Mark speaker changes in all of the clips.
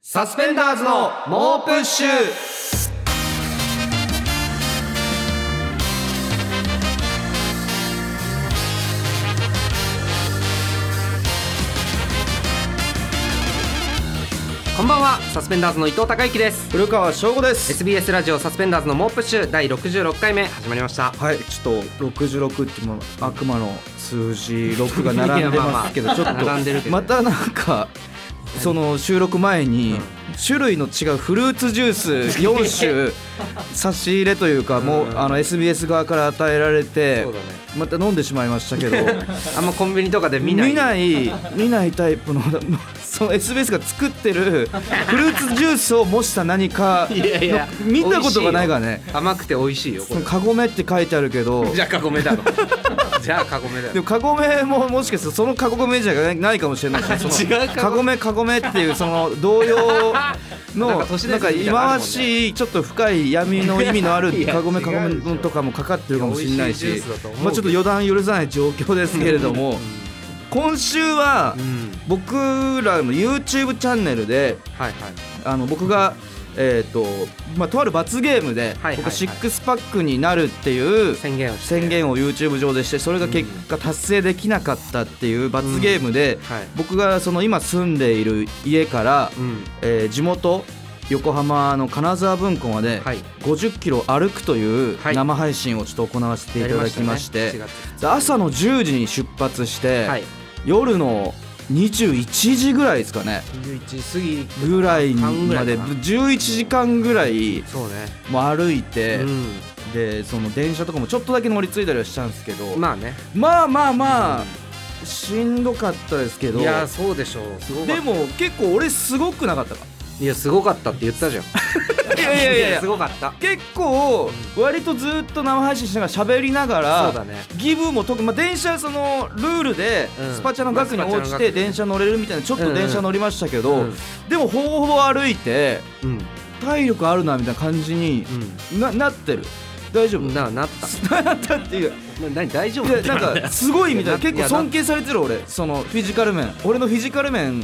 Speaker 1: サスペンダーズの猛プッシュこんばんはサスペンダーズの伊藤孝之です
Speaker 2: 古川翔吾です。
Speaker 1: SBS ラジオサスペンダーズの猛プッシュ第66回目始まりました
Speaker 2: はい、ちょっと66ってもう悪魔の数字6が並んでますけど、
Speaker 1: いや
Speaker 2: ちょ
Speaker 1: まあまあ
Speaker 2: っと
Speaker 1: 並んでるけど
Speaker 2: またなんかその収録前に種類の違うフルーツジュー ス4種差し入れというかもう
Speaker 1: うん
Speaker 2: あの SBS 側から与えられて
Speaker 1: そうだね
Speaker 2: また飲んでしまいましたけど
Speaker 1: あんまコンビニとかで
Speaker 2: 見
Speaker 1: 見ない
Speaker 2: ない見ないタイプの その SBS が作ってるフルーツジュースを模した何か
Speaker 1: いやいや
Speaker 2: の見たことがないからね
Speaker 1: 美味しいよ甘くて美味しいよこれ
Speaker 2: カゴメって書いてあるけど
Speaker 1: じゃあカゴ メだろじゃあカゴメだ
Speaker 2: で
Speaker 1: ろ
Speaker 2: もカゴメももしかしたらそのカゴメじゃないかもしれないし
Speaker 1: 違うカゴメ
Speaker 2: カゴメカゴメっていうその同様
Speaker 1: なん
Speaker 2: の
Speaker 1: か都市
Speaker 2: な
Speaker 1: 伝
Speaker 2: んか
Speaker 1: 説みたい
Speaker 2: 忌
Speaker 1: なの
Speaker 2: ま
Speaker 1: あるもんね
Speaker 2: わしいちょっと深い闇の意味のあ
Speaker 1: い
Speaker 2: る
Speaker 1: や
Speaker 2: カゴメ
Speaker 1: 違う
Speaker 2: カゴメのとかもかかってるかもしれない
Speaker 1: いや美
Speaker 2: し
Speaker 1: 味しいジュースだと思うけど
Speaker 2: まあちょっと予断許さない状況ですけれども今週は
Speaker 1: うん
Speaker 2: 僕らの YouTube チャンネルで
Speaker 1: はいはい
Speaker 2: あの僕がえっとまあとある罰ゲームで
Speaker 1: はいはいはい
Speaker 2: 僕がシックスパックになるっていう
Speaker 1: 宣言をして
Speaker 2: 宣言を YouTube 上でしてそれが結果達成できなかったっていう罰ゲームで
Speaker 1: うんはい
Speaker 2: 僕がその今住んでいる家から
Speaker 1: うん
Speaker 2: えー地元横浜の金沢文庫まで
Speaker 1: はい
Speaker 2: 50キロ歩くという
Speaker 1: はい
Speaker 2: 生配信をちょっと行わせていただきまして
Speaker 1: やりま
Speaker 2: で朝の10時に出発し
Speaker 1: はい
Speaker 2: て夜の21時ぐらいですかね
Speaker 1: 11過ぎ
Speaker 2: ぐらい
Speaker 1: 半ぐら
Speaker 2: ま
Speaker 1: いか
Speaker 2: で
Speaker 1: な
Speaker 2: 11時間ぐらい
Speaker 1: そうね
Speaker 2: もう歩いて
Speaker 1: う
Speaker 2: でその電車とかもちょっとだけ乗り継いだりはしたんですけど
Speaker 1: んまあね
Speaker 2: まあまあまあ、しんどかったですけど
Speaker 1: いやそうでしょうすごか
Speaker 2: で
Speaker 1: った
Speaker 2: も結構俺すごくなかったか
Speaker 1: いやすごかったって言ったじゃん
Speaker 2: いやいやいやいや
Speaker 1: すごかった
Speaker 2: 結構割とずっと生配信しながら喋りながら
Speaker 1: そうだね
Speaker 2: ギブも特に、まあ、電車そのルールで
Speaker 1: うん
Speaker 2: スパチャの額に
Speaker 1: まあス
Speaker 2: 応
Speaker 1: パチャ
Speaker 2: じ
Speaker 1: の
Speaker 2: て
Speaker 1: 額
Speaker 2: 電車乗れるみたいなちょっ
Speaker 1: うんう
Speaker 2: と
Speaker 1: ん
Speaker 2: 電車乗りましたけど、
Speaker 1: うん
Speaker 2: でもほぼほぼ歩いて
Speaker 1: うん
Speaker 2: 体力あるなみたいな感じにななってる大丈夫、
Speaker 1: ななっ た
Speaker 2: なったっていう
Speaker 1: な何大丈夫
Speaker 2: で なんかすごいみたいな結
Speaker 1: いや
Speaker 2: 構
Speaker 1: いや
Speaker 2: 尊敬されてる俺そのフィジカル面俺のフィジカル面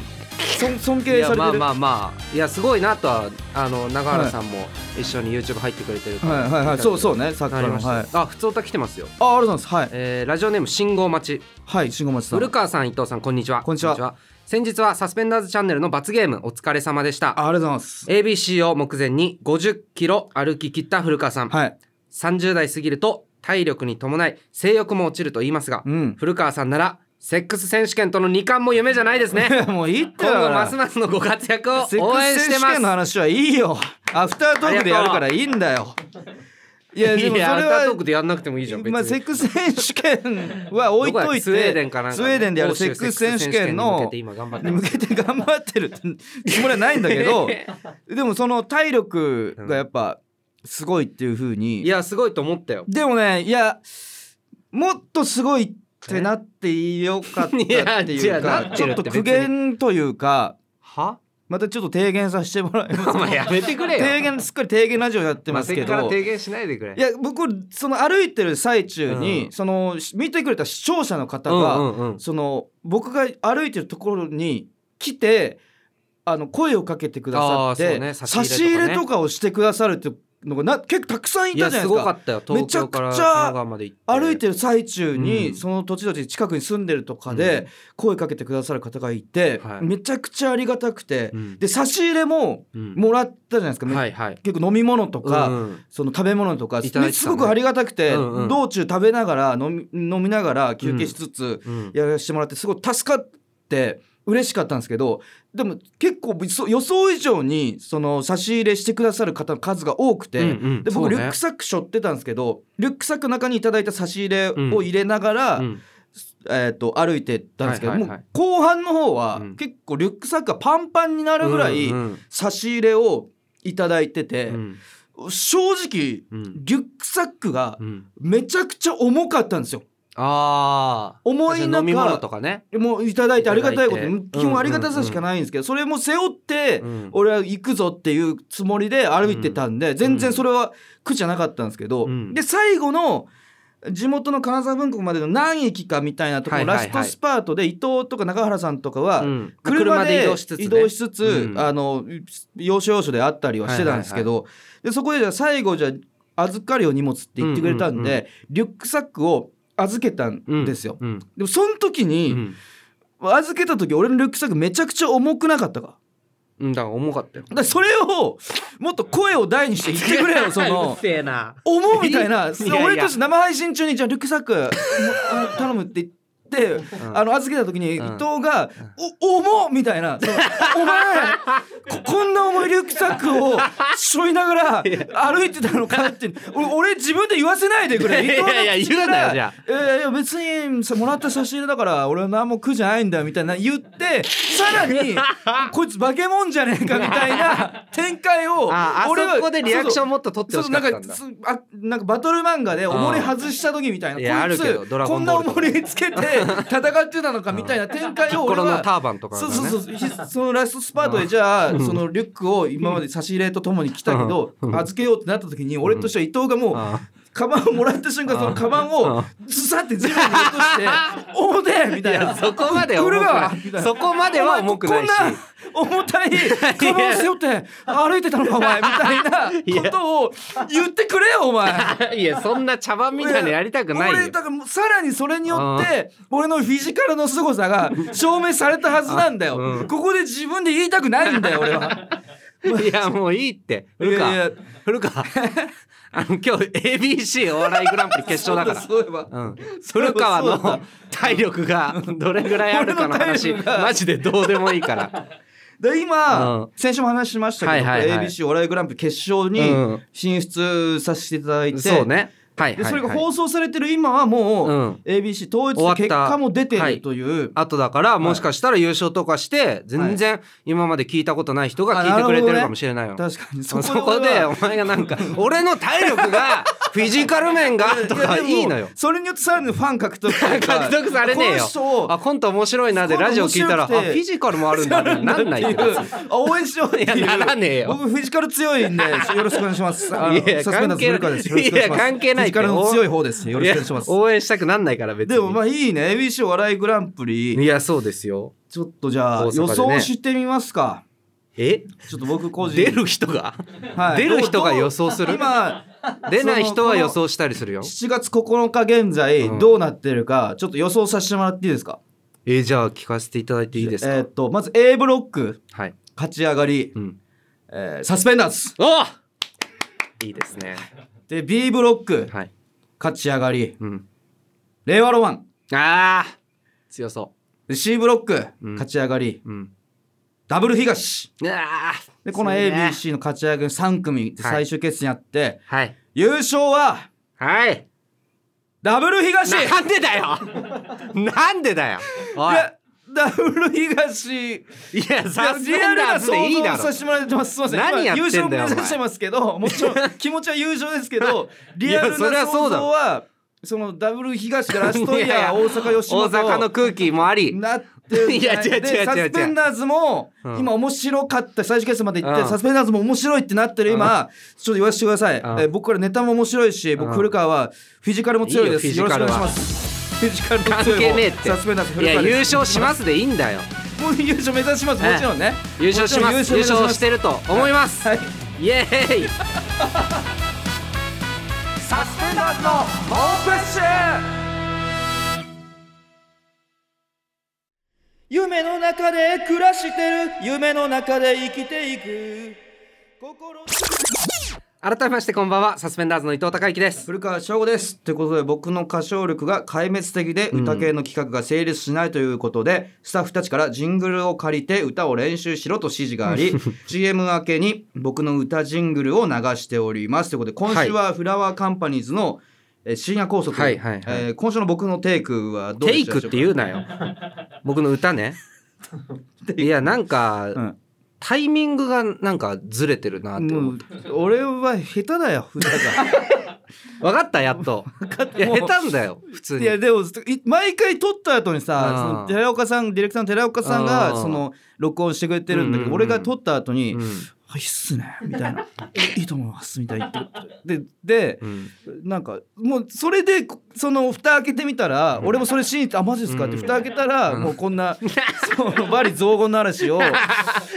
Speaker 2: 尊尊
Speaker 1: い
Speaker 2: 敬
Speaker 1: や
Speaker 2: され
Speaker 1: まあ
Speaker 2: てる
Speaker 1: まあまあいやすごいなとはあの永原さんも一緒に YouTube 入ってくれてるから
Speaker 2: はいはいはいそうそうね作
Speaker 1: な
Speaker 2: 家
Speaker 1: り
Speaker 2: の
Speaker 1: まし
Speaker 2: はいあありがと
Speaker 1: たあ普通歌来てますよ
Speaker 2: うございますはい
Speaker 1: えーラジオネーム信号待ち
Speaker 2: はい慎吾町さん
Speaker 1: 古川さん伊藤さんこんにちは
Speaker 2: こんにちは
Speaker 1: 先日はサスペンダーズチャンネルの罰ゲームお疲れ様でした
Speaker 2: あありがとうございます
Speaker 1: ABC を目前に50キロ歩き切った古川さん、
Speaker 2: はい
Speaker 1: 30代過ぎると体力に伴い性欲も落ちると言いますが、
Speaker 2: うん
Speaker 1: 古川さんならセックス選手権との2冠も夢じゃないですね
Speaker 2: もういいって
Speaker 1: 今
Speaker 2: だ
Speaker 1: 後
Speaker 2: か
Speaker 1: ます
Speaker 2: ら
Speaker 1: ますのご活躍を
Speaker 2: セッ
Speaker 1: 応
Speaker 2: ク
Speaker 1: 援
Speaker 2: ス
Speaker 1: し
Speaker 2: 選
Speaker 1: て
Speaker 2: 手
Speaker 1: ま
Speaker 2: 権
Speaker 1: す
Speaker 2: の話はいいよアフタートークでやるからいいんだよいやでもそれ
Speaker 1: アフタートー
Speaker 2: は
Speaker 1: クでやんなくてもいいじゃん別に、
Speaker 2: まあセックス選手権は置いといて
Speaker 1: スウェーデンかなんか
Speaker 2: スウェーデンでやるセックス選手権
Speaker 1: 欧州セックス選手権に向け
Speaker 2: の
Speaker 1: て今頑張って
Speaker 2: に
Speaker 1: ま
Speaker 2: 向
Speaker 1: す
Speaker 2: けて頑張ってるつもりはないんだけ どでもその体力がやっぱすごいっていう風に
Speaker 1: いやすごいと思ったよ
Speaker 2: でもねいやもっとすごいってなってよかったって
Speaker 1: い
Speaker 2: い
Speaker 1: や
Speaker 2: う
Speaker 1: じゃあ
Speaker 2: か
Speaker 1: なって
Speaker 2: ち
Speaker 1: る
Speaker 2: ょ
Speaker 1: っ
Speaker 2: ってと
Speaker 1: 別
Speaker 2: 苦
Speaker 1: に
Speaker 2: 言というか
Speaker 1: は
Speaker 2: またちょっと提言させてもらいます
Speaker 1: お前やめてくれよ
Speaker 2: 提言すっかり提言ラジオやってますけ
Speaker 1: まあせっから
Speaker 2: ど
Speaker 1: 提言しないでくれ
Speaker 2: いや僕その歩いてる最中に、
Speaker 1: うん
Speaker 2: そのし見てくれた視聴者の方
Speaker 1: うん
Speaker 2: が、
Speaker 1: うんうん
Speaker 2: その僕が歩いてるところに来てあの声をかけてくださっ
Speaker 1: あーそ
Speaker 2: て、
Speaker 1: うね差
Speaker 2: 差
Speaker 1: し
Speaker 2: し
Speaker 1: 入れとかね
Speaker 2: 入れとかをしてくださるってのがな結構たくさんい
Speaker 1: い
Speaker 2: た
Speaker 1: や
Speaker 2: じゃないです
Speaker 1: すごか
Speaker 2: か。
Speaker 1: ったよ東京から
Speaker 2: め
Speaker 1: 神
Speaker 2: ちゃくちゃ
Speaker 1: 奈川まで行って
Speaker 2: 歩いてる最中
Speaker 1: う
Speaker 2: に
Speaker 1: ん
Speaker 2: その土地々近くに住んでるとか
Speaker 1: うん
Speaker 2: で声かけてくださる方がいて
Speaker 1: はい
Speaker 2: めちゃくちゃありがたくて
Speaker 1: うん
Speaker 2: で差し入れも
Speaker 1: うん
Speaker 2: もらったじゃないですかめ
Speaker 1: はいはい
Speaker 2: 結構飲み物と
Speaker 1: う
Speaker 2: か
Speaker 1: ん
Speaker 2: その食べ物とか
Speaker 1: いただいてたね
Speaker 2: すごくありがたくて
Speaker 1: うんうん
Speaker 2: 道中食べながら飲み飲みながら休憩しつつ
Speaker 1: うん
Speaker 2: やらせてもらってすごい助かって嬉しかったんですけどでも結構そ予想以上にその差し入れしてくださる方の数が多くて、
Speaker 1: うんうん
Speaker 2: で
Speaker 1: そ
Speaker 2: 僕
Speaker 1: うね
Speaker 2: リュックサック背負ってたんですけど、リュックサックの中にいただいた差し入れを入れながら、
Speaker 1: うん
Speaker 2: えー、と歩いてったんですけど、
Speaker 1: はいはいはい
Speaker 2: もう後半の方は
Speaker 1: うん
Speaker 2: 結構リュックサックがパンパンになるぐらい
Speaker 1: うんうん
Speaker 2: 差し入れをいただいてて、
Speaker 1: うん
Speaker 2: 正直
Speaker 1: うん
Speaker 2: リュックサックが
Speaker 1: うん
Speaker 2: めちゃくちゃ重かったんですよ。
Speaker 1: あー
Speaker 2: 重い中
Speaker 1: 飲み物とかね
Speaker 2: もういただいてありがたいこと
Speaker 1: いただいて
Speaker 2: 基本ありがたさしかないんですけど、それも背負って
Speaker 1: うん
Speaker 2: 俺は行くぞっていうつもりで歩いてたんで、全然それは苦じゃなかったんですけど、
Speaker 1: うん
Speaker 2: で最後の地元の金沢文庫までの何駅かみたいなところ、
Speaker 1: はいはいはい
Speaker 2: ラストスパートで伊藤とか中原さんとかは、
Speaker 1: うん
Speaker 2: 車で移動しつつ,、
Speaker 1: ねうん
Speaker 2: あの要所要所であったりはしてたんですけど、でそこでじゃあ最後じゃあ預かるよ荷物って言ってくれたんで、
Speaker 1: うんうんう
Speaker 2: リュックサックを預けたん
Speaker 1: うん
Speaker 2: ですよ、
Speaker 1: うん
Speaker 2: でもその時
Speaker 1: う
Speaker 2: に、
Speaker 1: ん
Speaker 2: 預けた時俺のリュックサックめちゃくちゃ重くなかったか
Speaker 1: うん、だから重かったよ
Speaker 2: だからそれをもっと声を大にして言ってく れよそ
Speaker 1: う
Speaker 2: の
Speaker 1: る。せえな
Speaker 2: 思うみたいな
Speaker 1: いやいや
Speaker 2: 俺として生配信中にじゃあリュックサックもうあ頼むって言って。あの預けた時に伊
Speaker 1: うん
Speaker 2: 藤が「お重っ!」みたいな「そのお前ここんな重いリュックサックを背負いながら歩いてたのか」って俺俺自分で言わせないでくれ
Speaker 1: いやいやいや
Speaker 2: 伊藤の口から
Speaker 1: 言うなよじゃ
Speaker 2: いやいや別にさもらった差し入れだから俺は何も苦じゃないんだ」みたいな言ってさら に「こいつ化け物じゃねえか」みたいな展開を
Speaker 1: ああ
Speaker 2: 俺は
Speaker 1: そこでリアクショ
Speaker 2: ン
Speaker 1: ンもっと取って
Speaker 2: そ
Speaker 1: ほ
Speaker 2: う
Speaker 1: し
Speaker 2: な
Speaker 1: かっ
Speaker 2: ん
Speaker 1: たん
Speaker 2: か
Speaker 1: だ
Speaker 2: すあなんかバトル漫画で重り外した時みたい
Speaker 1: いや
Speaker 2: な
Speaker 1: あ
Speaker 2: こい
Speaker 1: る
Speaker 2: つ
Speaker 1: けどドラ
Speaker 2: こ
Speaker 1: ゴ
Speaker 2: ん
Speaker 1: ン
Speaker 2: な
Speaker 1: ボールと
Speaker 2: 重
Speaker 1: か
Speaker 2: りつけて戦ってたのかみたいな展開 を俺
Speaker 1: 心の
Speaker 2: は。
Speaker 1: ターバンとかが
Speaker 2: そう
Speaker 1: ね
Speaker 2: そうそうひそのラストスパートでじゃあそのリュックを今まで差し入れとともに来たけど
Speaker 1: うん
Speaker 2: 預けようってなった時に俺としては伊藤がもう
Speaker 1: あ
Speaker 2: カバンをもらった瞬間そのカバンをズサって地面に落と して「おうで!」み
Speaker 1: い
Speaker 2: たい
Speaker 1: や
Speaker 2: な
Speaker 1: そこまで重
Speaker 2: 来
Speaker 1: く
Speaker 2: るわ
Speaker 1: な
Speaker 2: みたい
Speaker 1: い
Speaker 2: な
Speaker 1: そこまでは重くないし
Speaker 2: こんな重たいカバンを背負って歩いてたのかお前みたいなことを言ってくれよお前
Speaker 1: いやそんな茶番みたいなやりたくないよ
Speaker 2: 俺だからもうさらにそれによって俺のフィジカルの凄さが 証明されたはずなんだよ、
Speaker 1: うん
Speaker 2: ここで自分で言いたくないんだよ俺は
Speaker 1: いやもういいって
Speaker 2: い
Speaker 1: 古
Speaker 2: やい
Speaker 1: 川
Speaker 2: や
Speaker 1: 古川あの今日 ABC お笑いグランプリ決勝だから
Speaker 2: そういえば
Speaker 1: うん、
Speaker 2: そうだ
Speaker 1: 古川
Speaker 2: そうだ
Speaker 1: の体力がどれぐらいあるかの話
Speaker 2: 俺の体力が
Speaker 1: マジでどうでもいいから、
Speaker 2: で今、
Speaker 1: うん
Speaker 2: 先週も話しましたけど、
Speaker 1: はいはいはい
Speaker 2: ABC お笑いグランプリ決勝
Speaker 1: う
Speaker 2: に
Speaker 1: ん、
Speaker 2: 進出させていただいて、
Speaker 1: そうねはいはい、
Speaker 2: で
Speaker 1: は い、
Speaker 2: それが放送されてる今はもう、
Speaker 1: うん
Speaker 2: ABC 統一
Speaker 1: 終
Speaker 2: の
Speaker 1: わった
Speaker 2: 結果も出てるという、
Speaker 1: あとだからもしかしたら優勝とかして全然今まで聞いたことない人が聞いてくれてるかもしれないよ、
Speaker 2: 確かに
Speaker 1: そ
Speaker 2: で
Speaker 1: こでお前がなんか俺の体 力がフィジカル面がと
Speaker 2: や
Speaker 1: か
Speaker 2: でも
Speaker 1: いいのよ
Speaker 2: それによってさらにファン獲得というか
Speaker 1: 獲得されねえよ
Speaker 2: この人を
Speaker 1: あコント面白いなで
Speaker 2: コント
Speaker 1: ラジオ聞いたらあ
Speaker 2: 面
Speaker 1: フ
Speaker 2: 白くて
Speaker 1: ィジカルもあるんだってなんない よ
Speaker 2: っていうあ応援しようっていう
Speaker 1: いやならねえよ
Speaker 2: 僕フィジカル強いん でよろしくお願いしますあの
Speaker 1: いや
Speaker 2: サスペンダーズ古川ですよろしくお願します
Speaker 1: いや関係ない
Speaker 2: フィジカルの強い方ですよろしくお願いします
Speaker 1: いや応援したくなんないから別に
Speaker 2: でもまあいいね ABC お笑いグランプリ
Speaker 1: いやそうですよ
Speaker 2: ちょっとじゃあ
Speaker 1: 大阪で
Speaker 2: 予
Speaker 1: ね
Speaker 2: 想してみますか
Speaker 1: え
Speaker 2: ちょっと僕個人
Speaker 1: 出る人が、
Speaker 2: はい
Speaker 1: 出る人が予想する
Speaker 2: 今
Speaker 1: 出ない人は予想したりするよ
Speaker 2: 7月9日現在
Speaker 1: うん
Speaker 2: どうなってるかちょっと予想させてもらっていいですか
Speaker 1: えじゃあ聞かせていただいていいですか、
Speaker 2: えーっとまず A ブロック
Speaker 1: はい、
Speaker 2: 勝ち上がり
Speaker 1: うん、
Speaker 2: えーサスペンダーズ
Speaker 1: おいいですね
Speaker 2: で B ブロック
Speaker 1: はい、
Speaker 2: 勝ち上がり
Speaker 1: うん、
Speaker 2: 令和ロマン
Speaker 1: あー強そ
Speaker 2: で C ブロック
Speaker 1: うん
Speaker 2: 勝ち上がり
Speaker 1: ううん
Speaker 2: ダブル東
Speaker 1: あー
Speaker 2: でこの
Speaker 1: 強いね
Speaker 2: ABC の勝ち上がりの3組で
Speaker 1: はい
Speaker 2: 最終決戦やって
Speaker 1: はい
Speaker 2: 優勝は
Speaker 1: はい
Speaker 2: ダブル東い
Speaker 1: なんでだよなんでだよおい
Speaker 2: や ダブル東
Speaker 1: いや
Speaker 2: いや
Speaker 1: サス
Speaker 2: リ
Speaker 1: ペ
Speaker 2: ア
Speaker 1: ン
Speaker 2: ル
Speaker 1: ダ
Speaker 2: な
Speaker 1: ーズ
Speaker 2: 想
Speaker 1: でいいだ
Speaker 2: 像さ
Speaker 1: ろ
Speaker 2: せてもらってます。すみません。
Speaker 1: 何やってんだ
Speaker 2: 今優
Speaker 1: よ
Speaker 2: 勝目指してますけ ど、もちろん気持ちは優勝ですけど、リアルな
Speaker 1: そりゃ
Speaker 2: 想
Speaker 1: そうだ
Speaker 2: 像
Speaker 1: ろ
Speaker 2: はそのダブル東からラストイ
Speaker 1: いや
Speaker 2: ヤー大阪吉
Speaker 1: 大
Speaker 2: 本
Speaker 1: 阪の空気もあり
Speaker 2: なってる
Speaker 1: いや違う違う違う違う
Speaker 2: でサスペンダーズも
Speaker 1: うん
Speaker 2: 今面白かった最終決戦まで行って、
Speaker 1: うん
Speaker 2: サスペンダーズも面白いってなってる今ちょっと言わせてください、
Speaker 1: ん
Speaker 2: え僕からネタも面白いし
Speaker 1: う
Speaker 2: 僕
Speaker 1: ん
Speaker 2: 古川はフィジカルも強いです
Speaker 1: いいよ
Speaker 2: よ
Speaker 1: フィ
Speaker 2: ろ
Speaker 1: ジ
Speaker 2: し
Speaker 1: カ
Speaker 2: くお
Speaker 1: ルは
Speaker 2: 願いしますフィジカルも
Speaker 1: 関
Speaker 2: 強い
Speaker 1: 係ねえっ
Speaker 2: 方
Speaker 1: て
Speaker 2: サスペンダーズ
Speaker 1: い
Speaker 2: 古
Speaker 1: や
Speaker 2: 川
Speaker 1: 優
Speaker 2: です
Speaker 1: 勝しますでいいんだよ
Speaker 2: もう優勝目指しますもちろんね
Speaker 1: 優勝しま
Speaker 2: も
Speaker 1: す
Speaker 2: ちろん
Speaker 1: 優
Speaker 2: 目指
Speaker 1: 勝してると思います、
Speaker 2: はい
Speaker 1: イエーイ
Speaker 2: サスペンダーズの猛プッシュ夢の中で暮らしてる夢の中で生きていく心
Speaker 1: 改めましてこんばんはサスペンダーズの伊藤孝之です
Speaker 2: 古川翔吾ですということで僕の歌唱力が壊滅的で歌系の企画が成立しないということで、スタッフたちからジングルを借りて歌を練習しろと指示があ り CM 明けに僕の歌ジングルを流しておりますということで今週はフラワーカンパニーズのえー深夜高速、
Speaker 1: はいはいはい
Speaker 2: えー今週の僕のテイクはどうで
Speaker 1: テ
Speaker 2: し
Speaker 1: イ
Speaker 2: たで
Speaker 1: ク
Speaker 2: し
Speaker 1: っ
Speaker 2: ょうか
Speaker 1: て言うなよ僕の歌 ねいやなんか、
Speaker 2: うん
Speaker 1: タイミングがなんかずれてるなって思
Speaker 2: も
Speaker 1: っ
Speaker 2: う
Speaker 1: て
Speaker 2: 俺は下手だよ歌が
Speaker 1: 分かったやっといや
Speaker 2: もう
Speaker 1: 下手んだよ普通
Speaker 2: い
Speaker 1: に
Speaker 2: やでもい毎回撮った後にさ
Speaker 1: うん
Speaker 2: その寺岡さんディレクターの寺岡さん
Speaker 1: う
Speaker 2: が
Speaker 1: ん
Speaker 2: その録音してくれてるんだけど、
Speaker 1: うんうんうん
Speaker 2: 俺が撮った後に、
Speaker 1: うん
Speaker 2: 「はいいいっすね」みたいな 「いいと思います」みたいな言ってでで
Speaker 1: うん
Speaker 2: なんかもうそれでその蓋開けてみたら、俺もそれ信じて「あマジですか?」って
Speaker 1: うん
Speaker 2: 蓋開けたら、
Speaker 1: うん
Speaker 2: もうこんなその罵詈雑言の嵐を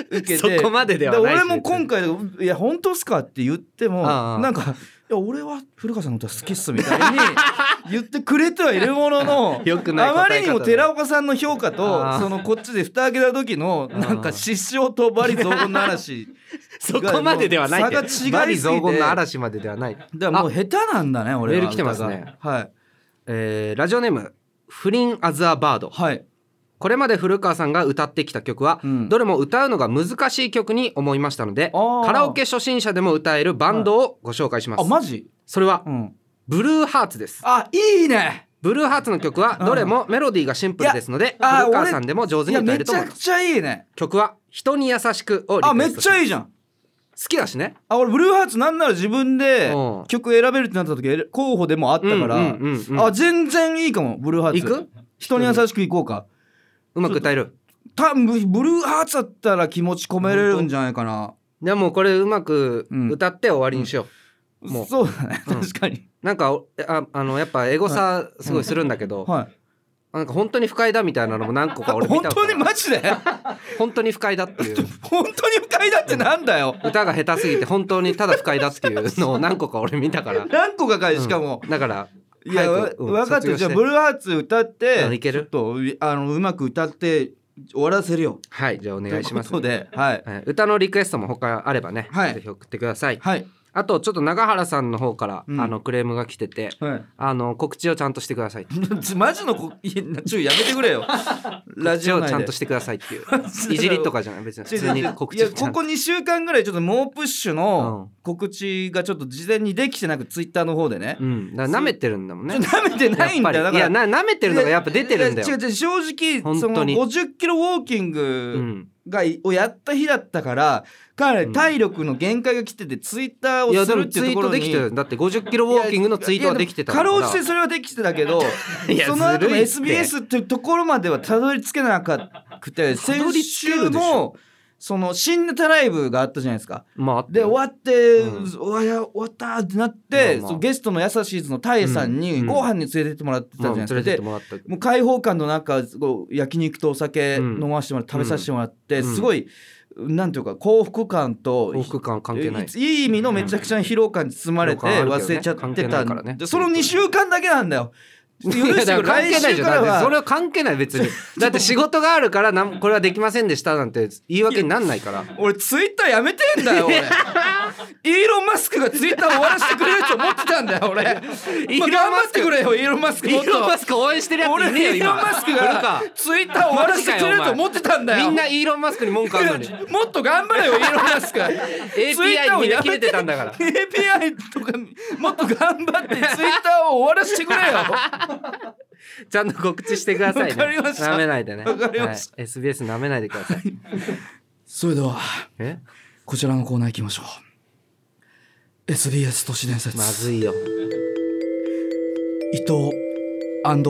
Speaker 2: 受けて
Speaker 1: そこまでではない
Speaker 2: 俺も今回「いや本当っすか?」って言っても
Speaker 1: ああ
Speaker 2: なんか「いや俺は古川さんの歌好きっす」みたい に言ってくれてはいるものの。
Speaker 1: よくない
Speaker 2: あまりにも寺
Speaker 1: 尾
Speaker 2: 岡さんの評価
Speaker 1: あ
Speaker 2: と
Speaker 1: あ
Speaker 2: そのこっちで蓋開けた時の
Speaker 1: ああ
Speaker 2: なんか失笑と罵詈雑言の嵐
Speaker 1: そこまでではないけど
Speaker 2: 差が
Speaker 1: バ
Speaker 2: 違い
Speaker 1: リ
Speaker 2: すぎて
Speaker 1: 雑言の嵐までではない
Speaker 2: だからもう下手なんだね俺は
Speaker 1: メール来てますね
Speaker 2: 歌がはい
Speaker 1: えーラジオネームフリン・アザ・バード
Speaker 2: はい
Speaker 1: これまで古川さんが歌ってきた曲は、
Speaker 2: うん
Speaker 1: どれも歌うのが難しい曲に思いましたので
Speaker 2: あー
Speaker 1: カラオケ初心者でも歌えるバンドをご紹介します、
Speaker 2: あマジ
Speaker 1: それは
Speaker 2: うん
Speaker 1: ブルーハーツです
Speaker 2: あいいね
Speaker 1: ブルーハーツの曲はどれもメロディーがシンプルですので
Speaker 2: いやあー
Speaker 1: 古川さんでも上手
Speaker 2: い
Speaker 1: に
Speaker 2: や
Speaker 1: 歌え
Speaker 2: め
Speaker 1: る
Speaker 2: ち
Speaker 1: と思
Speaker 2: ゃ
Speaker 1: いま
Speaker 2: く
Speaker 1: す
Speaker 2: ちゃいいね
Speaker 1: 曲は「人に優しく」をリ
Speaker 2: あ
Speaker 1: ク
Speaker 2: め
Speaker 1: エ
Speaker 2: っ
Speaker 1: スト
Speaker 2: ちゃ
Speaker 1: い
Speaker 2: いいじゃん
Speaker 1: 好きだしね
Speaker 2: あ俺ブルーハーツなんなら自分で
Speaker 1: うん
Speaker 2: 曲選べるってなった時え候補でもあったから、
Speaker 1: うんうんうんうん
Speaker 2: あ全然いいかもブルーハーツ
Speaker 1: 行く
Speaker 2: 人に優しくいこうか
Speaker 1: うまく歌える
Speaker 2: たブブルーハーツだったら気持ち込めれるんじゃないかな
Speaker 1: でもこれうまく歌って終わりにしよう、うんもう
Speaker 2: そうだね、
Speaker 1: うん
Speaker 2: 確かに
Speaker 1: なんかおああのやっぱエゴさすごいするんだけど、
Speaker 2: はい
Speaker 1: なんか本当に不快だみたいなのも何個か俺見
Speaker 2: 本
Speaker 1: た
Speaker 2: 当に
Speaker 1: から
Speaker 2: マジ で
Speaker 1: 本当に不快だっていう
Speaker 2: 本当に不快だってなんだよ
Speaker 1: 歌が下手すぎて本当にただ不快だっていうのを何個か俺見たから
Speaker 2: 何個かかいしかも、
Speaker 1: だから
Speaker 2: いや、わ
Speaker 1: 早くうん
Speaker 2: 分かった。
Speaker 1: 卒業
Speaker 2: じゃあ、
Speaker 1: して
Speaker 2: ブルーハーツ歌って、
Speaker 1: うんいけ
Speaker 2: ち
Speaker 1: る
Speaker 2: ょっとう、あの、うまく歌って、終わらせるよ。
Speaker 1: はいじゃあお願いします
Speaker 2: ということで、はい。
Speaker 1: はい歌のリクエストも他あればね、
Speaker 2: はい
Speaker 1: ぜひ送ってください
Speaker 2: はい。
Speaker 1: あとちょっと永原さんの方から、
Speaker 2: うん
Speaker 1: あのクレームが来てて
Speaker 2: はい。
Speaker 1: あの告知をちゃんとしてください
Speaker 2: マジのこ、い や、ちょ、やめてくれ よ。ラジ
Speaker 1: 一
Speaker 2: オ
Speaker 1: 応
Speaker 2: 内で。
Speaker 1: ちゃんとしてくださいっていう
Speaker 2: で
Speaker 1: いじりとかじゃない別に普通に告
Speaker 2: い
Speaker 1: 知
Speaker 2: や
Speaker 1: をちゃ
Speaker 2: こ
Speaker 1: ん
Speaker 2: こと2週間ぐらいちょっと猛プッシュの告知がちょっと事前にできてなくツイッターの方でね、
Speaker 1: うんなめてるんだもんね
Speaker 2: ちょっと舐めてないんだよ
Speaker 1: や
Speaker 2: だか
Speaker 1: っぱり
Speaker 2: ら
Speaker 1: いやな舐めてるのがやっぱ出てるんだ
Speaker 2: いや
Speaker 1: よ
Speaker 2: 違う違う正直
Speaker 1: 本
Speaker 2: その
Speaker 1: 当に
Speaker 2: 50キロウォーキング、
Speaker 1: うん
Speaker 2: がいをやった日だったからかなり体力の限界が来てて、ツイッター
Speaker 1: いや
Speaker 2: をす
Speaker 1: で
Speaker 2: る
Speaker 1: も
Speaker 2: って
Speaker 1: ツ
Speaker 2: いう
Speaker 1: イ
Speaker 2: とこ
Speaker 1: ー
Speaker 2: ろ
Speaker 1: ト
Speaker 2: に
Speaker 1: できてるだって50キロウォーキングのツイートはできてた
Speaker 2: か
Speaker 1: んだ
Speaker 2: ろ
Speaker 1: か
Speaker 2: う
Speaker 1: ら
Speaker 2: じてそれはできてたけど
Speaker 1: いや
Speaker 2: その後
Speaker 1: ず
Speaker 2: の
Speaker 1: るいって
Speaker 2: SBS っていうところまではたどり着けなかくて
Speaker 1: たど
Speaker 2: 先
Speaker 1: り着け
Speaker 2: 週
Speaker 1: るでし
Speaker 2: のその新ネタライブがあったじゃないですか。
Speaker 1: まああった
Speaker 2: で
Speaker 1: よ
Speaker 2: 終わって、
Speaker 1: う
Speaker 2: うわや終わったってなって、
Speaker 1: まあまあ
Speaker 2: そのゲストのやさしーずのたえさん
Speaker 1: うん
Speaker 2: に
Speaker 1: うん
Speaker 2: ご飯に連れてってもらってたじゃ
Speaker 1: まあ
Speaker 2: ないで
Speaker 1: 連
Speaker 2: すか。
Speaker 1: れて
Speaker 2: で
Speaker 1: ってもらった
Speaker 2: もう開放感の中こう焼肉とお酒
Speaker 1: うん
Speaker 2: 飲ませてもらって、食べさせてもらって、
Speaker 1: うん
Speaker 2: すごいなんていうか幸福感と
Speaker 1: 幸福感は関係ない
Speaker 2: いい意味のめちゃくちゃな疲労感に包まれて
Speaker 1: うん
Speaker 2: 忘れちゃってた
Speaker 1: 関係ないからね
Speaker 2: でその2週間だけなんだよ。許
Speaker 1: いや
Speaker 2: して
Speaker 1: だ
Speaker 2: く
Speaker 1: か
Speaker 2: れ
Speaker 1: ら関係ない
Speaker 2: 来週
Speaker 1: じゃ
Speaker 2: から
Speaker 1: んだってそ
Speaker 2: は
Speaker 1: れは関係ない別 にだって仕事があるからなんこれはできませんでしたなんて言い訳になんないから
Speaker 2: 俺ツイッターやめてんだよ俺イーロン・マスクがツイッター終わらせてくれると思ってたんだよ俺、まあ、頑
Speaker 1: イーロンマスク
Speaker 2: 張ってくれよイーロン・マスク
Speaker 1: イ
Speaker 2: もっ
Speaker 1: ー
Speaker 2: と
Speaker 1: ロン・マスク応援してるやついねえよ
Speaker 2: 俺イーロ
Speaker 1: 今
Speaker 2: ン・マスク
Speaker 1: これ
Speaker 2: が
Speaker 1: か
Speaker 2: ツイッター終わらせてくれると思ってたんだよ
Speaker 1: みんなイーロン・マスクに文句あるのに
Speaker 2: もっと頑張れよイーロン・マ スク
Speaker 1: API に切れてたんだから
Speaker 2: API とかもっと頑張ってツイッターを終わらせてくれよ
Speaker 1: ちゃんと告知してくださいね
Speaker 2: わかりました
Speaker 1: なめないでね
Speaker 2: わかりました
Speaker 1: はい SBS なめないでください
Speaker 2: それでは
Speaker 1: え
Speaker 2: こちらのコーナー行きましょう SBS 都市伝説
Speaker 1: まずいよ
Speaker 2: 伊藤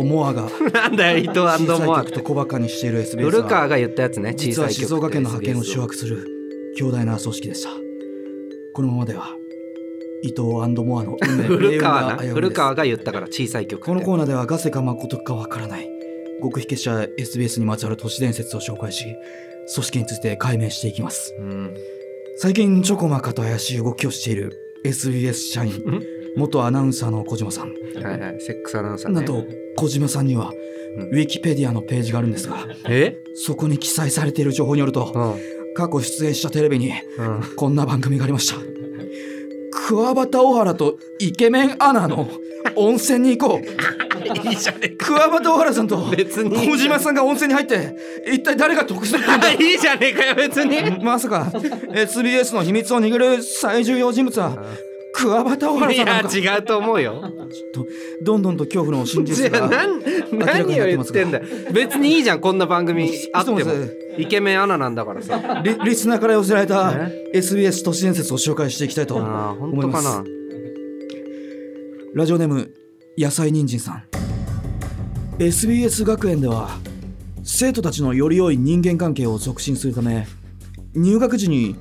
Speaker 2: モ アが
Speaker 1: なんだよ伊藤
Speaker 2: 小
Speaker 1: モ
Speaker 2: さ
Speaker 1: ア
Speaker 2: い曲と小バカにしている SBS
Speaker 1: ブルカー
Speaker 2: は
Speaker 1: が言ったやつね小
Speaker 2: 実
Speaker 1: さ
Speaker 2: はい
Speaker 1: 曲
Speaker 2: 静岡県の覇権を
Speaker 1: SBS
Speaker 2: 掌握する強大な組織でしたこのままでは伊藤モアの運命
Speaker 1: 古川な
Speaker 2: 命運が危うい
Speaker 1: 古
Speaker 2: です
Speaker 1: 川が言ったから小さい曲って
Speaker 2: このコーナーではガセか誠かわからない極秘結社 SBS にまつわる都市伝説を紹介し組織について解明していきます
Speaker 1: うん
Speaker 2: 最近ちょこまかと怪しい動きをしている SBS 社員
Speaker 1: ん
Speaker 2: 元アナウンサーの小島さん
Speaker 1: はいはいセックスアナウンサーね
Speaker 2: なんと小島さんには
Speaker 1: ん
Speaker 2: ウィキペディアのページがあるんですが
Speaker 1: え
Speaker 2: そこに記載されている情報による
Speaker 1: う
Speaker 2: と
Speaker 1: ん
Speaker 2: 過去出演したテレビに
Speaker 1: うん
Speaker 2: こんな番組がありました桑畑小原とイケメンアナ の温泉に行こう
Speaker 1: いいじゃねえか
Speaker 2: 桑畑小原さんと
Speaker 1: 別に
Speaker 2: 小島さんが温泉に入って一体誰が得するんだ
Speaker 1: いいじゃねえかよ別に
Speaker 2: まさか SBS の秘密を握る最重要人物は桑畑小原
Speaker 1: い
Speaker 2: さんなの
Speaker 1: や
Speaker 2: か
Speaker 1: 違うと思うよ
Speaker 2: とどんどんと恐怖の真
Speaker 1: じゃ
Speaker 2: 実が
Speaker 1: あ何何を言ってんだよ別にいいじゃんこんな番組あっても
Speaker 2: そうで
Speaker 1: イケメンアナなんだからさ
Speaker 2: リリスナーから寄せられた
Speaker 1: え
Speaker 2: SBS 都市伝説を紹介していきたいと
Speaker 1: あー本
Speaker 2: 思い
Speaker 1: 当
Speaker 2: ま
Speaker 1: か
Speaker 2: す
Speaker 1: な
Speaker 2: ラジオネーム野菜人参さん SBS 学園では生徒たちのより良い人間関係を促進するため入学時に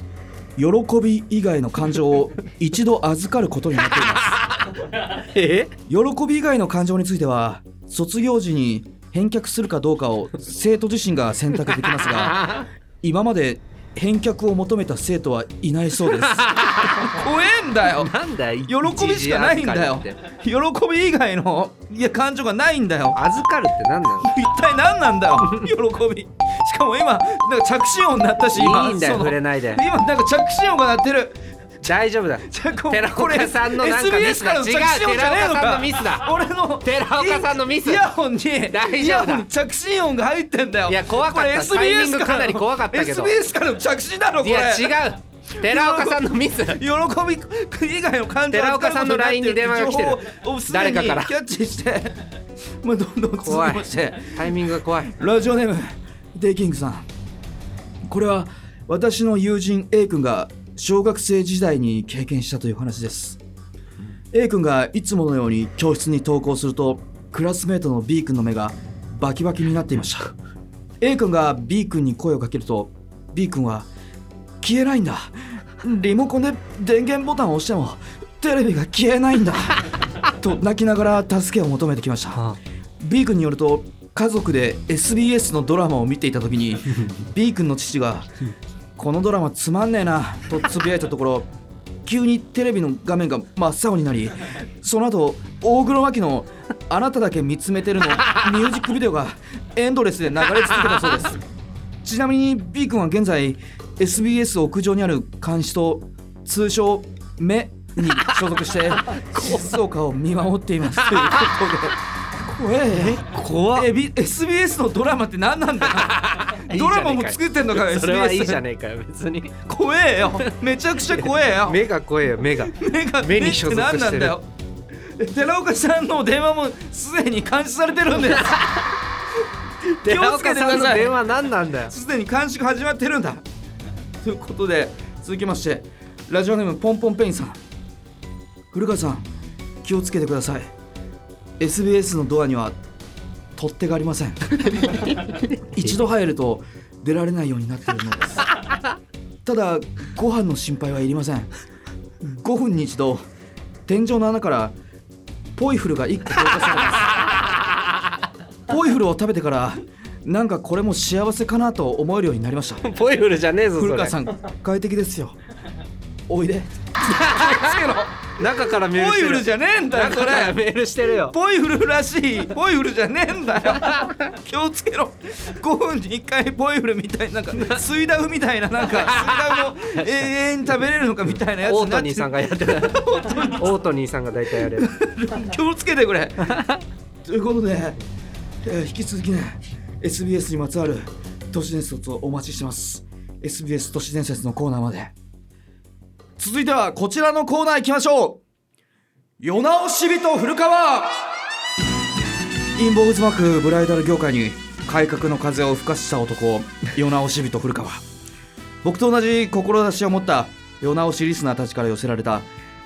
Speaker 2: 喜び以外の感情を一度預かることになっています
Speaker 1: え
Speaker 2: 喜び以外の感情については卒業時に返却するかどうかを生徒自身が選択できます が今まで返却を求めた生徒はいないそうです怖えんだよ
Speaker 1: なんだ喜
Speaker 2: 喜びしかないんだよ喜び以外のいや感情がないんだよ
Speaker 1: 預かるって何なの
Speaker 2: 一体何なんだよ喜びしかも今なんか着信音になったし今
Speaker 1: いいんだよ
Speaker 2: その
Speaker 1: 触れないで
Speaker 2: 今なんか着信音が鳴ってる
Speaker 1: 大丈夫だ
Speaker 2: じゃあこ
Speaker 1: 寺岡さんのなんかミ
Speaker 2: SBS
Speaker 1: ス
Speaker 2: か
Speaker 1: だ
Speaker 2: らの着信
Speaker 1: 違う
Speaker 2: 音じゃねえの
Speaker 1: 寺岡さ
Speaker 2: か
Speaker 1: んのミスだ
Speaker 2: 俺の
Speaker 1: 寺岡さんのミス
Speaker 2: イヤホンに
Speaker 1: 大
Speaker 2: イ
Speaker 1: 丈夫だ
Speaker 2: ヤホンに着信音が入ってんだよ
Speaker 1: いや怖かった
Speaker 2: これ
Speaker 1: タイミン
Speaker 2: SBS
Speaker 1: グ
Speaker 2: から
Speaker 1: か
Speaker 2: の
Speaker 1: なり怖かったけど
Speaker 2: SBS からの着信だろこ
Speaker 1: い
Speaker 2: れ
Speaker 1: や違う寺岡さんのミス
Speaker 2: 喜び以外の感情を
Speaker 1: 寺岡さんの LINE に電話が来てる
Speaker 2: 誰
Speaker 1: 誰
Speaker 2: か
Speaker 1: か
Speaker 2: か
Speaker 1: からら
Speaker 2: キャッチしてまあどんどん続き
Speaker 1: 怖い
Speaker 2: まして
Speaker 1: タイミングが怖い
Speaker 2: ラジオネームデイキングさんこれは私の友人 A 君が小学生時代に経験したという話です A 君がいつものように教室に登校するとクラスメートの B 君の目がバキバキになっていました A 君が B 君に声をかけると B 君は消えないんだリモコンで電源ボタンを押してもテレビが消えないんだと泣きながら助けを求めてきました、B 君によると家族で SBS のドラマを見ていた時に B 君の父が「このドラマつまんねえな」とつぶやいたところ急にテレビの画面が真っ青になりその後大黒摩季の「あなただけ見つめてる」のミュージックビデオがエンドレスで流れ続けたそうですちなみに B 君は現在 SBS 屋上にある監視と通称「目」に所属して静岡を見守っていますということで怖え怖えび SBS のドラマって何なんだよ
Speaker 1: いいじゃねえか
Speaker 2: ド
Speaker 1: よ
Speaker 2: ラマも作ってんのかよ SBS
Speaker 1: それはいいじゃねえかよ別に
Speaker 2: 怖えよめちゃくちゃ怖えよ
Speaker 1: 目が怖いよ目が
Speaker 2: 目が
Speaker 1: 目に所属し
Speaker 2: 目って何な
Speaker 1: てる
Speaker 2: んだよ寺岡さんの電話もすでに監視されてるんです気
Speaker 1: 寺
Speaker 2: をつけて
Speaker 1: 岡
Speaker 2: く
Speaker 1: さ
Speaker 2: だ
Speaker 1: んの
Speaker 2: さい
Speaker 1: 電話何なんだよ
Speaker 2: すでに監視が始まってるんだということで続きましてラジオネームポンポンペインさん古川さん気をつけてください SBS のドアには取っ手がありません一度入ると出られないようになっているのですただご飯の心配はいりません5分に一度天井の穴からポイフルが1個投下されますポイフルを食べてからなんかこれも幸せかなと思えるようになりました
Speaker 1: ポイフルじゃねえぞそ
Speaker 2: 古
Speaker 1: れ
Speaker 2: 川さん快適ですよおい で
Speaker 1: 中からメール
Speaker 2: ポイ
Speaker 1: してる
Speaker 2: フルじゃねえんだよ
Speaker 1: 中
Speaker 2: こ
Speaker 1: から
Speaker 2: れ
Speaker 1: メールしてるよ
Speaker 2: ポイフルらしいポイフルじゃねえんだよ気をつけろ5分に1回ポイフルみたいななんか水ダウみたいななんか水ダウも永遠に食べれるのかみたいなやつ
Speaker 1: オ
Speaker 2: に
Speaker 1: ー
Speaker 2: なっ
Speaker 1: ト
Speaker 2: て
Speaker 1: ニー
Speaker 2: る
Speaker 1: さんがやってたオートニーさんが大体やる
Speaker 2: 気をつけてくれ ということで、えー引き続きね SBS にまつわる都市伝説をお待ちしてます SBS 都市伝説のコーナーまで続いてはこちらのコーナー行きましょう世直し人古川陰謀渦巻くブライダル業界に改革の風を吹かした男世直し人古川僕と同じ志を持った世直しリスナーたちから寄せられた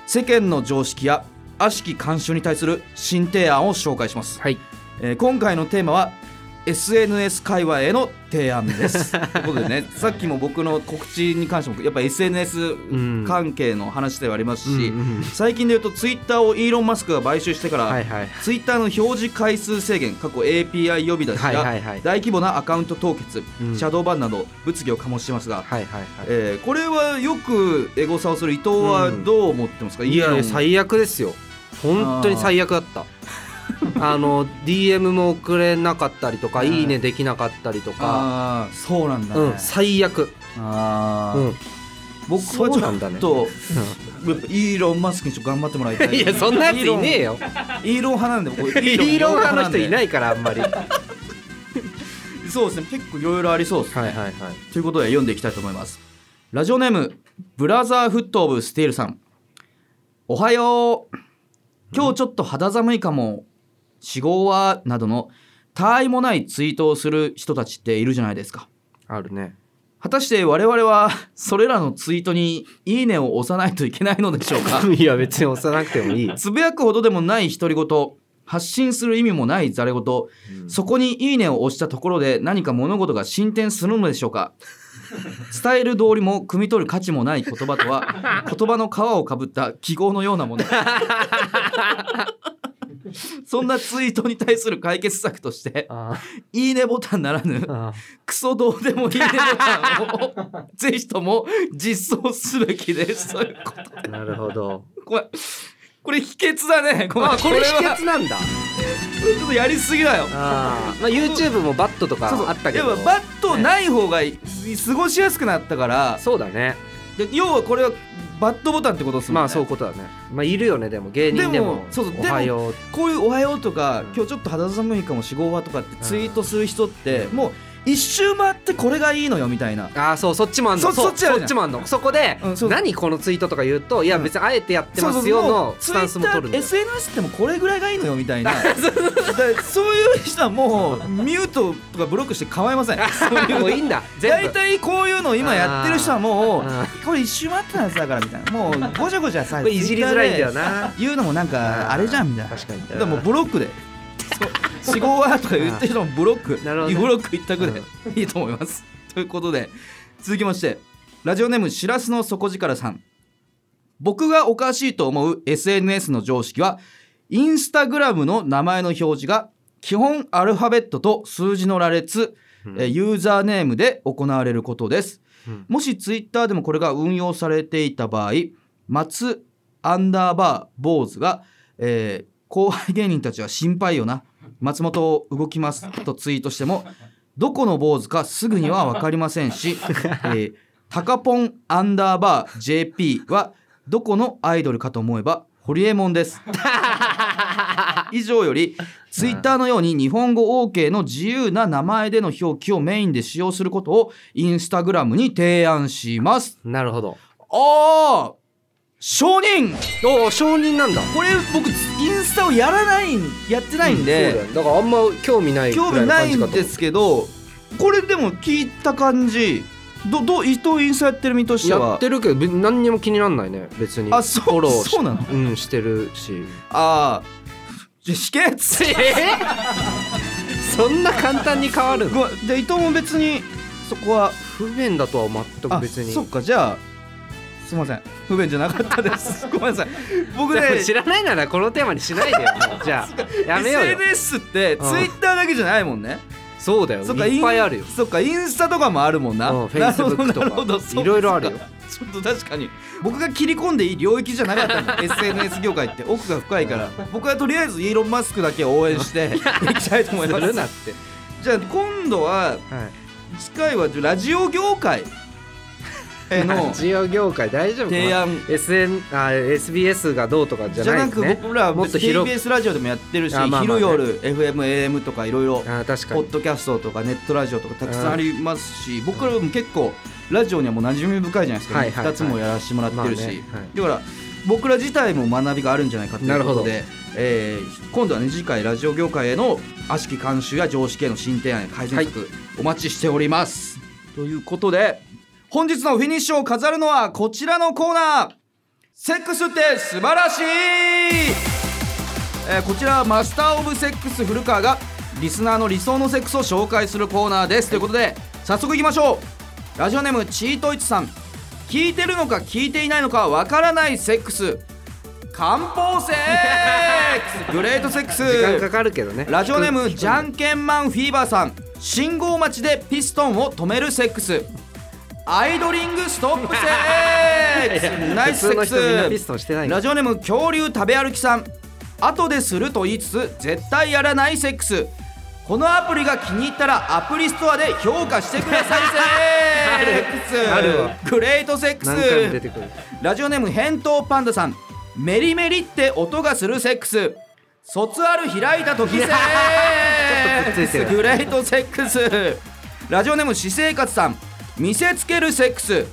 Speaker 2: 世間の常識や悪しき慣習に対する新提案を紹介します、
Speaker 1: はい
Speaker 2: えー今回のテーマは SNS 界隈への提案です ということでねさっきも僕の告知に関してもやっぱ SNS
Speaker 1: ん
Speaker 2: 関係の話ではありますし、
Speaker 1: うんうんうん
Speaker 2: 最近で言うとツイッターをイーロン・マスクが買収してから、
Speaker 1: はいはい
Speaker 2: ツイッターの表示回数制限過去 API 呼び出しや、
Speaker 1: はいはいはい
Speaker 2: 大規模なアカウント凍結、
Speaker 1: うん
Speaker 2: シャドーバンなど物議を醸していますが、
Speaker 1: はいはいはい
Speaker 2: えーこれはよくエゴサをする伊藤はどう思ってますか、
Speaker 1: いや
Speaker 2: イーロン
Speaker 1: 最悪ですよ本当に最悪だったあの DM も送れなかったりとか「
Speaker 2: うん
Speaker 1: いいね」できなかったりとか、
Speaker 2: あーそうなんだね、
Speaker 1: うん、最悪、
Speaker 2: あ
Speaker 1: う
Speaker 2: ー
Speaker 1: ん、
Speaker 2: 僕は
Speaker 1: そう
Speaker 2: ちょ
Speaker 1: なんだ
Speaker 2: っ
Speaker 1: ね
Speaker 2: と、やっぱイーロン・マスクにちょっと頑張ってもらいたい
Speaker 1: いや そんなやついねえよ
Speaker 2: イーロンイーロン派なんで僕イ
Speaker 1: イーロン派の人いないいからあんまりはい
Speaker 2: そうですね結構いろいろありそうですね、
Speaker 1: はいはい
Speaker 2: ということで読んでいきたいと思いますラジオネームブラザーフットオブスティールさんおはよう今日ちょっと肌寒いかも死後はなどの他愛もないツイートをする人たちっているじゃないですか
Speaker 1: あるね
Speaker 2: 果たして我々はそれらのツイートにいいねを押さないといけないのでしょうか
Speaker 1: いや別に押さなくてもいい
Speaker 2: つぶやくほどでもない独り言発信する意味もないざれ言、そこに「いいね」を押したところで何か物事が進展するのでしょうか伝える道理も汲み取る価値もない言葉とは言葉の皮をかぶった記号のようなものそんなツイートに対する解決策として
Speaker 1: あ
Speaker 2: 「いいね」ボタンならぬ
Speaker 1: あ
Speaker 2: クソどうでもいいねボタンをぜひとも実装すべきですということ
Speaker 1: あなるほど
Speaker 2: これこれ秘訣だねごめん
Speaker 1: あこれ秘
Speaker 2: は
Speaker 1: 訣なんだ
Speaker 2: ちょっとやりすぎだよ
Speaker 1: あーまあ YouTube もバットとか
Speaker 2: そうそう
Speaker 1: あったけど
Speaker 2: やっぱバットない方がい過ごしやすくなったから
Speaker 1: そうだね
Speaker 2: で要はこれはバットボタンってことですもんね
Speaker 1: まあそういうことだねまあいるよねでも芸人で
Speaker 2: で
Speaker 1: も
Speaker 2: もそうそう
Speaker 1: おはよう
Speaker 2: こういう「おはよう」とか、
Speaker 1: うん
Speaker 2: 今日ちょっと肌寒いかもしごは」とかってツイートする人って、もう一周回ってこれがいいのよみたいな
Speaker 1: ああそうそっちもあんの
Speaker 2: そ
Speaker 1: そう
Speaker 2: そっちあるじゃん
Speaker 1: もあんのそこで、
Speaker 2: うんそう
Speaker 1: 何このツイートとか言うといや
Speaker 2: うん
Speaker 1: 別にあえてやって
Speaker 2: そう
Speaker 1: ま
Speaker 2: そう
Speaker 1: すよ
Speaker 2: もう
Speaker 1: のスタンスも取るんだよ
Speaker 2: Twitter SNS ってもうこれぐらいがいいのよみ たいなだからそういう人はもうミュートとかブロックして構いませんそういう
Speaker 1: もういいんだ
Speaker 2: 大
Speaker 1: 全部
Speaker 2: 体こういうのを今やってる人はも
Speaker 1: あー
Speaker 2: うこれ一周回ってたやつだからみたいなもうごちゃごちゃさ
Speaker 1: これいじりづらいんだよな
Speaker 2: 言うのもなんかあれじゃんみたいな
Speaker 1: 確かに
Speaker 2: だからもうブロッ クで「そう死後は」とか言ってる人もブロック
Speaker 1: なるほどね
Speaker 2: ブロック一択でいいと思います。ということで続きましてラジオネームしらすの底力さん僕がおかしいと思う SNS の常識はインスタグラムの名前の表示が基本アルファベットと数字の羅列、
Speaker 1: うん
Speaker 2: えーユーザーネームで行われることです
Speaker 1: うん
Speaker 2: もしツイッターでもこれが運用されていた場合松アンダーバー坊主が、えー後輩芸人たちは心配よな松本動きますとツイートしてもどこの坊主かすぐには分かりません し、えータカポンアンダーバー JP はどこのアイドルかと思えばホリエモン です。以上よりツイッターのように日本語 OK の自由な名前での表記をメインで使用することをインスタグラムに提案します。
Speaker 1: なるほど
Speaker 2: ああ承認
Speaker 1: おお承認なんだ
Speaker 2: これ僕インスタをやらないんやってないんで、
Speaker 1: そうだよだからあんま興味ないくら
Speaker 2: 興味
Speaker 1: の
Speaker 2: な
Speaker 1: 感
Speaker 2: い
Speaker 1: じか
Speaker 2: ん
Speaker 1: と思
Speaker 2: で
Speaker 1: う
Speaker 2: すけどこれでも聞いた感じどど伊藤インスタやってる身としては
Speaker 1: やってるけど別に何にも気になんないね別に
Speaker 2: あそう
Speaker 1: フォローし
Speaker 2: そうなの
Speaker 1: うんしてるし
Speaker 2: ああじゃあ引けっつって
Speaker 1: そんな簡単に変わるの
Speaker 2: ごめんで伊藤も別にそこは
Speaker 1: 不便だとは全く
Speaker 2: あ
Speaker 1: 別に
Speaker 2: そっかじゃあすいません不便じゃなかったです ごめんなさい僕
Speaker 1: じゃあもう
Speaker 2: ね
Speaker 1: 知らないならこのテーマにしな いでよもうじゃあやめようよ
Speaker 2: SNS って
Speaker 1: ん
Speaker 2: ツイッターだけじゃないもんね、
Speaker 1: そうだよ
Speaker 2: そっか
Speaker 1: いっぱいあるよ
Speaker 2: インそっかインスタとかもあるもんな、
Speaker 1: うん
Speaker 2: なるほど
Speaker 1: Facebook とか
Speaker 2: なるほどそう
Speaker 1: いろいろあるよ
Speaker 2: そっかちょっと確かに僕が切り込んでいい領域じゃなかった んだ SNS 業界って奥が深いから僕はとりあえずイーロン・マスクだけ応援 していきたいと思います
Speaker 1: するなって
Speaker 2: じゃあ今度は
Speaker 1: はい
Speaker 2: 次回はラジオ業界への
Speaker 1: ラジオ業界大丈夫か
Speaker 2: 提
Speaker 1: な
Speaker 2: 案
Speaker 1: SN あ SBS がどうとかじ
Speaker 2: じ
Speaker 1: ゃ
Speaker 2: ゃ
Speaker 1: な
Speaker 2: な
Speaker 1: いで
Speaker 2: く
Speaker 1: すね
Speaker 2: 僕ら
Speaker 1: もっと広く
Speaker 2: TBS ラジオでもやってるし
Speaker 1: あまあまあ
Speaker 2: 昼
Speaker 1: ね
Speaker 2: 夜 FMAM とかいろいろ
Speaker 1: あ確か
Speaker 2: ポ
Speaker 1: に
Speaker 2: ッドキャストとかネットラジオとかたくさんありますし僕らも結構ラジオにはもう馴染み深いじゃないですか、
Speaker 1: はいはいはい
Speaker 2: 2つもやらせてもらってるし、
Speaker 1: まあねはい
Speaker 2: だから僕ら自体も学びがあるんじゃないかということ
Speaker 1: な
Speaker 2: で、えー今度はね次回ラジオ業界への悪しき慣習や常識への新提案や改善策、お待ちしておりますということで本日のフィニッシュを飾るのはこちらのコーナーセックスって素晴らしいえーこちらはマスター・オブ・セックス古川がリスナーの理想のセックスを紹介するコーナーです、ということで早速いきましょうラジオネームチートイチさん聞いてるのか聞いていないのかわからないセックス漢方セッ クスグレートセックス
Speaker 1: 時間かかるけどね
Speaker 2: ラジオネーム
Speaker 1: 聞く
Speaker 2: じゃんけんマンフィーバーさん信号待ちでピストンを止めるセックスアイドリングストップセ ックスナイスセック
Speaker 1: 普通の人みんなピ
Speaker 2: ス
Speaker 1: ストンしてないから
Speaker 2: ラジオネーム恐竜食べ歩きさん後ですると言いつつ絶対やらないセックスこのアプリが気に入ったらアプリストアで評価してくだ さいセックス
Speaker 1: あるわ
Speaker 2: グレートセックス
Speaker 1: 何回も出てくる
Speaker 2: ラジオネーム返答パンダさんメリメリって音がするセックス卒アル開いた時セッ
Speaker 1: ょっとくっつい
Speaker 2: ク
Speaker 1: て
Speaker 2: ス
Speaker 1: る
Speaker 2: グレートセックスラジオネーム私生活さん見せつけるセックス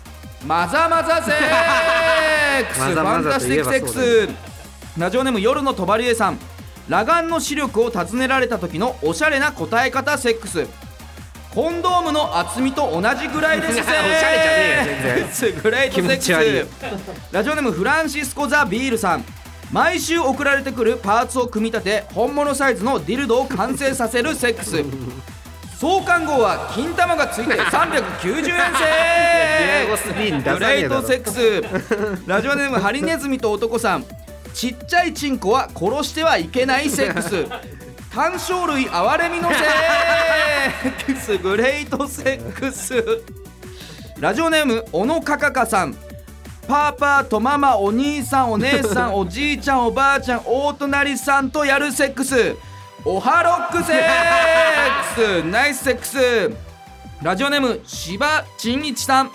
Speaker 2: マザマザセックス
Speaker 1: マザマ
Speaker 2: ファン
Speaker 1: ザ
Speaker 2: タ
Speaker 1: と
Speaker 2: ステ
Speaker 1: い
Speaker 2: ィ
Speaker 1: え
Speaker 2: ック
Speaker 1: ば
Speaker 2: セック
Speaker 1: そうだ
Speaker 2: スラジオネーム夜のとばりえさん裸眼の視力を尋ねられた時のおしゃれな答え方セックスコンドームの厚みと同じぐらいです
Speaker 1: おしゃれじゃねえよ全然
Speaker 2: セックスグレートセックス
Speaker 1: 気持ち悪い
Speaker 2: ラジオネームフランシスコ・ザ・ビールさん毎週送られて くるパーツを組み立て本物サイズのディルドを完成させるセックス創刊号は金玉がついて390円セー
Speaker 1: ディアゴスピン出さ
Speaker 2: グ
Speaker 1: ね
Speaker 2: レ
Speaker 1: え
Speaker 2: ー
Speaker 1: だ
Speaker 2: ト
Speaker 1: ろ
Speaker 2: セックスラジオネームハリネズミと男さんちっちゃいチンコは殺してはいけないセックス単生類哀れみのセックスグレートセックスラジオネーム小野かかかさんパーパーとママお兄さんお姉さんおじいちゃんおばあちゃん大隣さんとやるセックスオハロックセックスナイスセックスラジオネーム芝陳一さん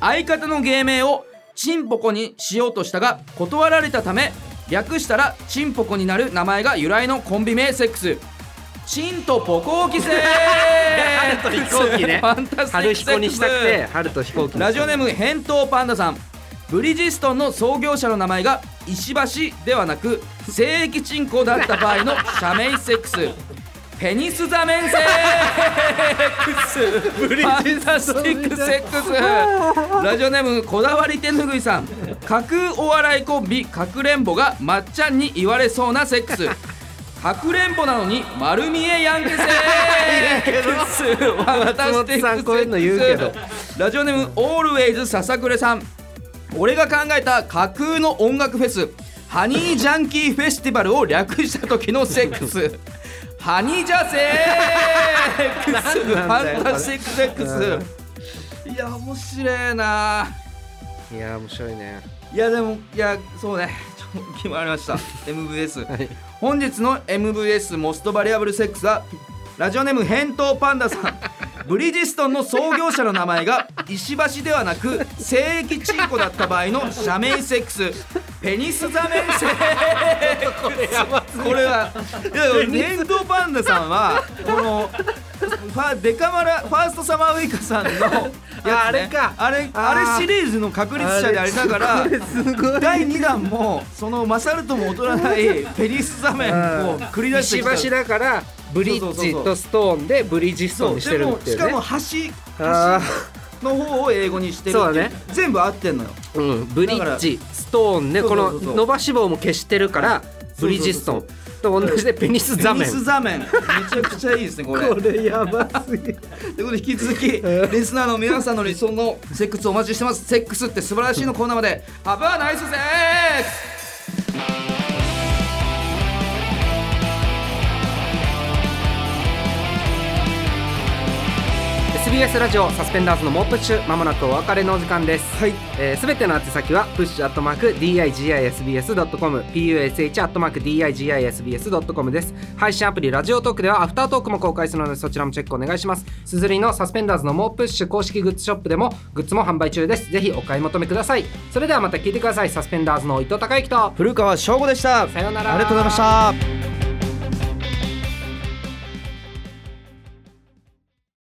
Speaker 2: 相方の芸名をチンポコにしようとしたが断られたため略したらチンポコになる名前が由来のコンビ名セックスチンとポコーキセッ
Speaker 1: と
Speaker 2: ク
Speaker 1: 飛
Speaker 2: ス
Speaker 1: 行機ね
Speaker 2: ファンタスティッ
Speaker 1: 春
Speaker 2: クセックス
Speaker 1: 彦にしたくて春と飛行機に
Speaker 2: ラジオネーム返答パンダさんブリヂストンの創業者の名前が石橋ではなく聖域鎮魂だった場合の社名セックスペニスザメンセックスブリ
Speaker 1: ヂ
Speaker 2: スタスティックセックスラジオネームこだわり手ぬぐいさん架空お笑いコンビかくれんぼがまっちゃんに言われそうなセックスかくれんぼなのに丸見えヤンキーセックスワタスティックセックス
Speaker 1: 松本さんこういうの言うけど
Speaker 2: ラジオネームオールウェイズ笹暮さん俺が考えた架空の音楽フェスハニージャンキーフェスティバルを略した時のセックスハニージャセックスフ
Speaker 1: なんだよ
Speaker 2: ァンタスティックセックスいや面白いない
Speaker 1: いやー面白いね
Speaker 2: やでもいやそうねちょっと決まりました MVS
Speaker 1: はい
Speaker 2: 本日の MVS モストバリアブルセックスはラジオネーム返答パンダ さんブリヂストンの創業者の名前が石橋ではなく聖域チンコだった場合の社名セックスペニスザメンセックスこれはいやでも返答パンダさんはこのファデカマラファーストサマーウイカさんのやつね
Speaker 1: ああれか
Speaker 2: あれ
Speaker 1: あー
Speaker 2: あれシリーズの確立者 でありながら
Speaker 1: あれすごい
Speaker 2: 第2弾もその勝るとも劣ら ないペリスザメンを繰り出してきた
Speaker 1: 石橋だからブリッジとストーンでブリヂストン
Speaker 2: そう
Speaker 1: にして
Speaker 2: で
Speaker 1: る
Speaker 2: も
Speaker 1: ってい
Speaker 2: し
Speaker 1: う
Speaker 2: かも
Speaker 1: ね
Speaker 2: 橋
Speaker 1: あ
Speaker 2: 橋の方を英語にしてるってい
Speaker 1: そう
Speaker 2: う
Speaker 1: だね
Speaker 2: 全部合ってんのよ
Speaker 1: うんブリッジストーンで
Speaker 2: そうそ
Speaker 1: こ
Speaker 2: うそう
Speaker 1: の
Speaker 2: そう
Speaker 1: 伸ばし棒も消してるからブリヂストンと同じでペニスザ
Speaker 2: ペ
Speaker 1: メ
Speaker 2: リ
Speaker 1: ン
Speaker 2: スザメンめちゃくちゃいいですね これ
Speaker 1: これやばすぎる
Speaker 2: ということで引き続きリスナーの皆さんの理想のセックスをお待ちしてますセックスって素晴らしいのコーナーまでハブはナイスセック
Speaker 1: で SBS ラジオサスペンダーズのモップッシュまもなくお別れのお時間です
Speaker 2: スはい
Speaker 1: えーすべ、ての宛先は push.digisbs.com push.digisbs.com です配信アプリラジオトークではアフタートークも公開するのでそちらもチェックお願いしますすずりのサスペンダーズの猛プッシュ公式グッズショップでもグッズも販売中ですぜひお買い求めくださいそれではまた聞いてくださいサスペンダーズの伊藤孝之と
Speaker 2: 古川翔吾でした
Speaker 1: さようなら
Speaker 2: ありがとうございました